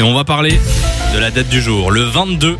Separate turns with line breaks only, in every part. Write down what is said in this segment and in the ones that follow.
Et on va parler de la date du jour, le 22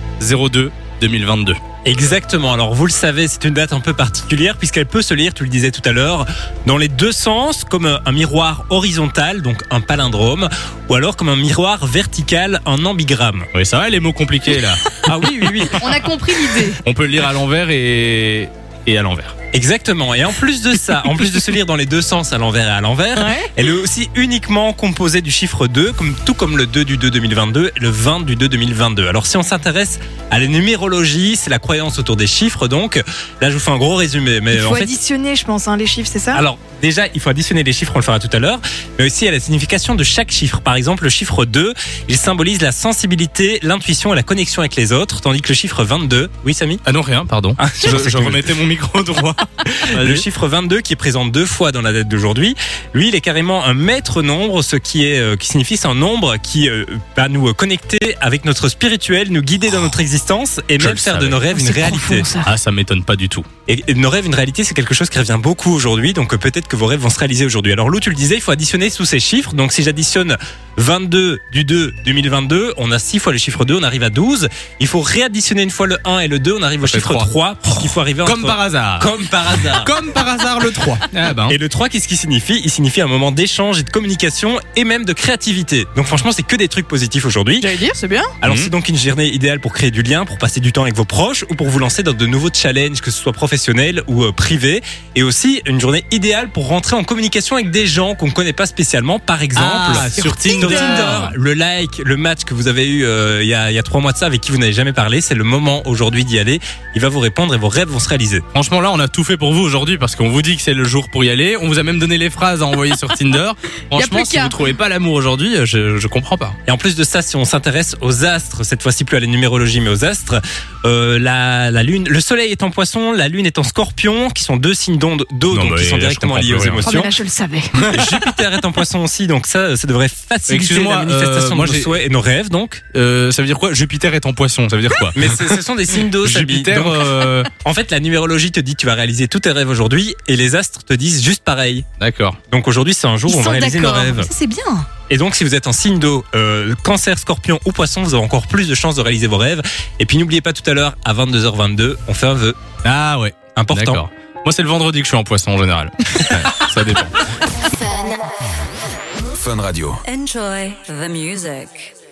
02 2022.
Exactement. Alors, vous le savez, c'est une date un peu particulière puisqu'elle peut se lire, tu le disais tout à l'heure, dans les deux sens, comme un miroir horizontal, donc un palindrome, ou alors comme un miroir vertical, un ambigramme.
Oui, ça va les mots compliqués là.
Ah oui, oui, oui.
On a compris l'idée.
On peut le lire à l'envers et, et à l'envers.
Exactement. Et en plus de ça, en plus de se lire dans les deux sens, à l'envers et à l'envers,
Ouais.
elle est aussi uniquement composée du chiffre 2, comme, tout comme le 2 du 2 2022 et le 20 du 2 2022. Alors si on s'intéresse à la numérologie, c'est la croyance autour des chiffres donc. Là, je vous fais un gros résumé, mais
Il
Euh, en
faut
fait,
additionner, je pense, hein, les chiffres, c'est ça
alors déjà, il faut additionner les chiffres, on le fera tout à l'heure, mais aussi à la signification de chaque chiffre. Par exemple, le chiffre 2, il symbolise la sensibilité, l'intuition et la connexion avec les autres, tandis que le chiffre 22, oui Samy
Ah non, rien, pardon. Je,
je
je remettais mon micro droit.
Le chiffre 22 qui est présent deux fois dans la date d'aujourd'hui, lui il est carrément un maître nombre, ce qui est euh, qui signifie c'est un nombre qui euh, va nous euh, connecter avec notre spirituel, nous guider dans notre existence et
Oh. Je
même
le
faire de
savais. Oh,
nos rêves une
C'est
réalité.
profond, ça.
Ah, ça m'étonne pas du tout.
Et et nos rêves, une réalité, c'est quelque chose qui revient beaucoup aujourd'hui, donc euh, peut-être que vos rêves vont se réaliser aujourd'hui. Alors Lou, tu le disais, il faut additionner tous ces chiffres. Donc si j'additionne 22 du 2 2022, on a 6 fois le chiffre 2, on arrive à 12. Il faut réadditionner une fois le 1 et le 2, on arrive au
Ça fait
chiffre 3,
trois.
puisqu'il faut arriver
Comme
entre-
par hasard.
Comme par hasard.
Comme par hasard le 3. Ah ben.
Et le 3, qu'est-ce qu'il signifie Il signifie un moment d'échange et de communication et même de créativité. Donc franchement, c'est que des trucs positifs aujourd'hui.
J'allais dire, c'est bien.
Alors
Mhm.
c'est donc une journée idéale pour créer du lien, pour passer du temps avec vos proches ou pour vous lancer dans de nouveaux challenges, que ce soit professionnels ou euh, privés. Et aussi une journée idéale pour rentrer en communication avec des gens qu'on ne connaît pas spécialement, par exemple.
Ah, sur Tinder.
le like, le match que vous avez eu euh, il y, a, il y a trois mois de ça avec qui vous n'avez jamais parlé, c'est le moment aujourd'hui d'y aller. Il va vous répondre et vos rêves vont se réaliser.
Franchement, là, on a tout fait pour vous aujourd'hui parce qu'on vous dit que c'est le jour pour y aller. On vous a même donné les phrases à envoyer sur Tinder. Franchement,
plus
si
qu'à.
vous trouvez pas l'amour aujourd'hui, je, je comprends pas.
Et en plus de ça, si on s'intéresse aux astres, cette fois-ci plus à la numérologie mais aux astres, euh, la, la lune, le soleil est en poisson, la lune est en scorpion, qui sont deux signes d'onde d'eau,
Non,
donc
mais
qui sont
je
directement
comprends
liés aux
plus rien.
Oh, mais
émotions.
là, je le savais.
Jupiter est en poisson aussi, donc ça, ça devrait faciliter
Excuse-moi,
la manifestation
euh,
de
moi,
nos
j'ai-
souhaits et nos rêves, donc.
Euh, ça veut dire quoi Jupiter est en poisson, ça veut dire quoi
Mais c'est- ce sont des signes d'eau, Sabi.
Jupiter,
Donc,
euh,
En fait, la numérologie te dit tu vas réaliser tous tes rêves aujourd'hui, et les astres te disent juste pareil.
d'accord.
Donc aujourd'hui, c'est un jour
Ils
où on va
sont
réaliser nos
d'accord.
rêves.
Ça, c'est bien.
Et donc, si vous êtes en signe d'eau, euh, cancer, scorpion ou poisson, vous aurez encore plus de chances de réaliser vos rêves. Et puis, n'oubliez pas tout à l'heure, à 22h22, on fait un vœu
Ah ouais,
important.
d'accord. Moi, c'est le vendredi que je suis en poisson en général. Ouais, ça dépend.
Fun Radio.
Enjoy the music.